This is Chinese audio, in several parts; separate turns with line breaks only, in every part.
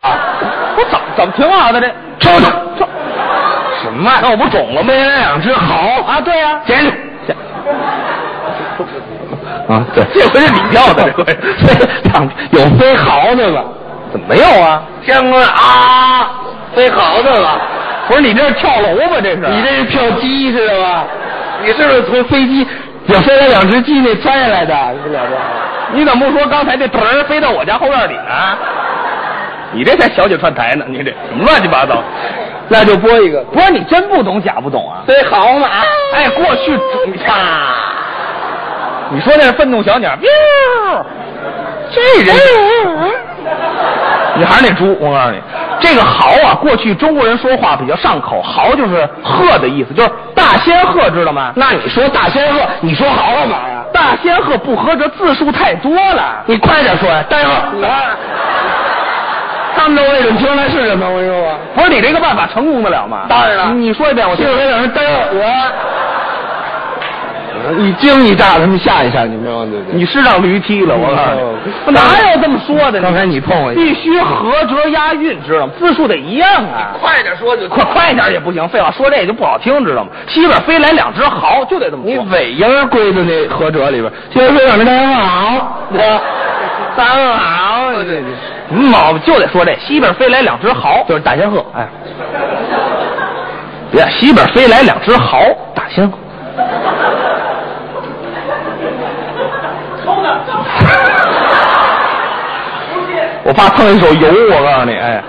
啊怎么挺好的这？
抽抽抽，什么？
那我不肿了
没
吗？
人两只好
啊，对呀、
捡起
捡
来啊，对，
这回是你叫的这 回
飞两只有飞豪的了，
怎么没有啊？
见过啊，飞豪的了，
不是你这是跳楼吧？这是
你这是跳鸡知道吧？
你是不是从飞机？
有飞来两只鸡那窜下来的，这两只。
你怎么不说刚才这嘚儿飞到我家后院里啊呢？你这才小姐串台呢，你这什么乱七八糟？
那就播一个
不是你真不懂假不懂啊？
飞豪嘛啊！
哎，过去你看，你说那是愤怒小鸟，喵，这人，
哎
你还是那猪，我告诉你，这个嚎啊，过去中国人说话比较上口，嚎就是鹤的意思，就是大仙鹤，知道吗？
那你说大仙鹤，你说豪干嘛呀？
大仙鹤不合辙，字数太多了。啊
你快点说呀！待会儿，他们都那种听来是什么？我跟你说吧，
不是你这个办法成功得了吗？
当然了
你你说一遍我
这
听。
回等人待会儿我，你惊一炸，他们吓一吓，你知道吗？对不对？
你是让驴踢了，我告诉你，
嗯
哪有这么说的？
刚才你碰我一下
必须合辙押韵，知道吗？字数得一样啊。
快点说就
快快一点也不行，废话说这也就不好听，知道吗？西边飞来两只豪，就得这么
你
说。
尾音归到那合辙里边，今天说两只大仙鹤 好，
三豪，什么毛病？就得说这西边飞来两只豪，
就是大仙鹤，
哎，别西边飞来两只豪，大仙鹤。我怕碰一手油，我告诉你，哎，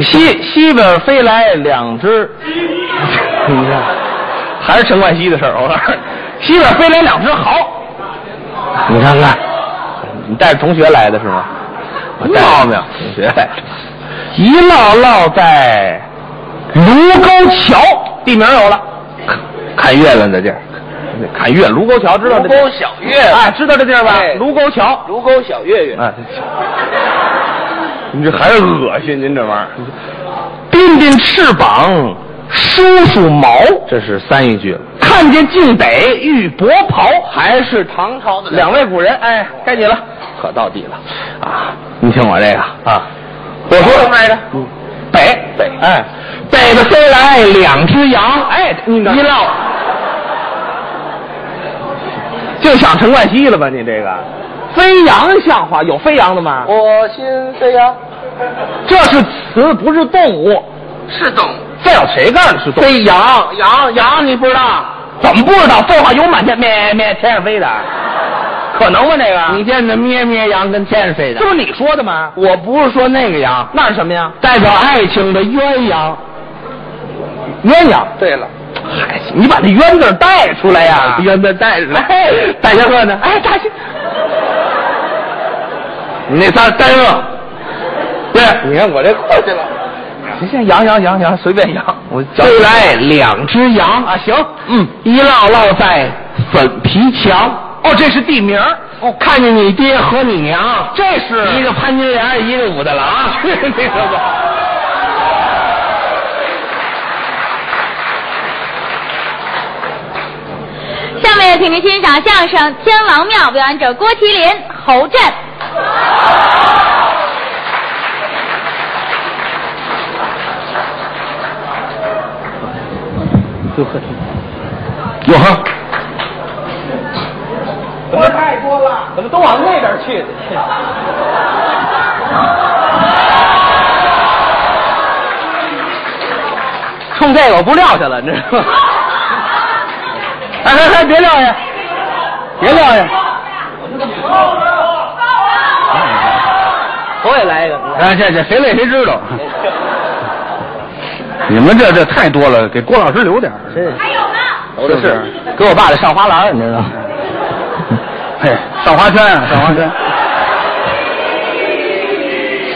西西边飞来两 只，你看，还是陈冠希的事儿，我告诉你，西边飞来两只豪，
你看看，
你带着同学来的是吗？
我带着
闹呢，同学来的，一落落在卢沟桥，地名有了，看月亮的地儿，看月卢沟桥知道这地儿
卢沟小月
哎，知道这地儿吧
哎？
卢沟桥，
卢沟小月月
哎，你这还是恶心，您这玩意儿，鬓鬓翅膀，梳梳毛，
这是三一句，
看见竟得欲薄袍，还是
唐朝的
两位古人，哎，该你了。
可到底了
啊，你听我这个啊，
我说
什么来着？北
北
哎，北边飞来两只羊，哎，你
呢
一唠，就想陈冠希了吧？你这个飞扬像话，有飞扬的吗？
我心啊飞扬，
这是词，不是动物。
是动物。
这有谁告诉你是动物？
飞扬扬扬，你不知道？
怎么不知道？废话，有满天咩咩天上飞的，可能吗？这个
你见的咩咩羊跟天上飞的
这？不是你说的吗？
我不是说那个羊，
那是什么呀？
代表爱情的鸳鸯。
鸳鸯。
对了，
嗨，你把这冤字儿带出来呀、
原本带着
哎，大仙鹤呢？哎，大仙，
你那仨啊呆了。
对，
你看我这过去了。
你现在扬扬扬扬，随便扬，我脚
飞来两只羊
啊，行，
嗯，一落落在粉皮墙。
哦，这是地名儿，
哦，看见你爹和你娘，
这是
一个潘金莲，一个武大 郎。
你知道吧？
下面请您欣赏相声《天王庙》，表演者郭麒麟、侯震。
哟呵，
活太多了，怎么都往那边去？冲这个我不撂下了，你知道吗？哎哎哎，别撂下，别撂下，我也来一个。
哎，这这谁累谁知 道。你们这这太多了，给郭老师留点儿。
还有呢，
我
我
的
的
是
是给我爸的上花篮，你知道吗？
嘿，上华山啊，上华山。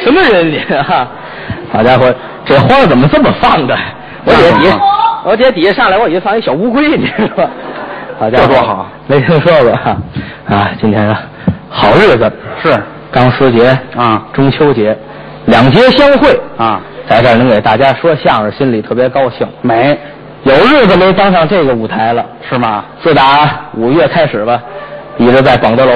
什么人你啊？好家伙，这花儿怎么这么放的？我姐底下
那怎么，
我姐底下上来，我以为放一小乌龟，你知 道吗？好家伙，
这多好
没听说过啊！啊，今天啊，好日子
是
刚说节
啊
中秋节，两节相会
啊，
在这儿能给大家说相声，心里特别高兴。
美
有日子没登上这个舞台了。
是吗？
自打五月开始吧，一直在广德楼，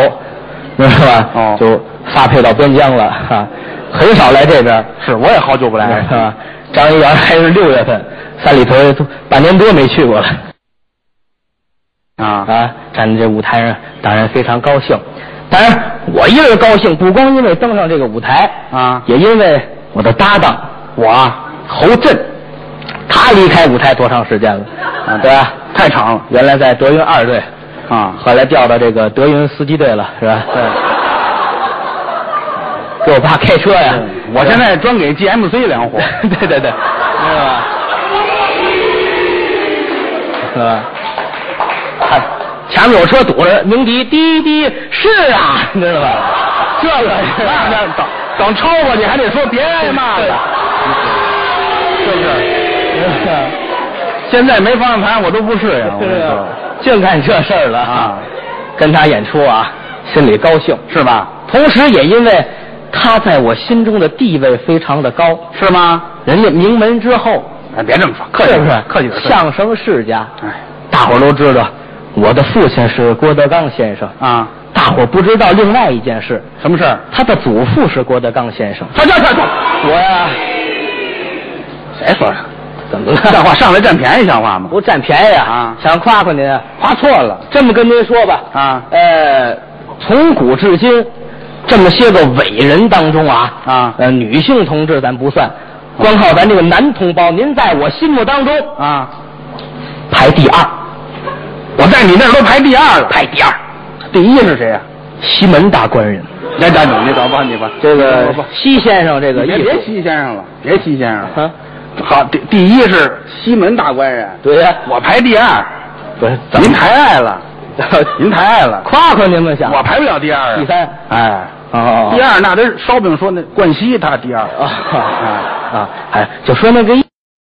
知道吧？
哦
就发配到边疆了哈、很少来这边。
是，我也好久不来了。
啊，张一元还是六月份，三里屯都半年多没去过了。
啊，
啊，站在这舞台上，当然非常高兴。当然，我一个人高兴，不光因为登上这个舞台
啊
也因为我的搭档
我啊，
侯震，他离开舞台多长时间了？啊，对吧？
太长了
原来在德云二队，
啊，
后来调到这个德云司机队了，是吧？
对，
给我爸开车呀！
我现在专给 GMC 两火。
嗯 对对对，是吧？是吧？看 前面有车堵着，鸣笛滴滴，是啊， 你知道吧？ 这 个
那那等等超过你还得说别挨骂
对
呢，是不 是？啊现在没方向盘我都不适 应，我跟你说，
净干这事儿了
啊！
跟他演出啊，心里高兴，
是吧？
同时也因为他在我心中的地位非常的高，
是吗？
人家名门之后，
哎，别这么说，客气
是不是
点客气点，客气点
相声世家？
哎
大伙儿都知道，我的父亲是郭德纲先生。
啊，
大伙儿不知道另外一件事，
什么事儿？
他的祖父是郭德纲先生。
他这这这，
我呀，
谁说的？
怎么了？
像话，上来占便宜像话吗？
不占便宜
啊
想夸夸您啊，
划错了
这么跟您说吧，
啊
呃，从古至今，这么些个伟人当中啊，
啊
呃，女性同志咱不算，光靠咱这个男同胞，您在我心目当中
啊！
排第二，
我在你那儿都排第二了，
排第二，
第一是谁
啊
呀？
西门大官人，
来，站住！你等吧，你吧。
这个
不不
西先生这
不，
个
别
艺
别
术
西先生了，别西先生了。
啊，
好，第第一是西门大官人，
对呀、
我排第二，
不是
您抬爱 了，您抬爱了，
夸夸您们想，
我排不了第二啊。
第三
哎，
哦
第二那得烧饼说那冠希他第二
啊
哎
啊，哎，就说那个意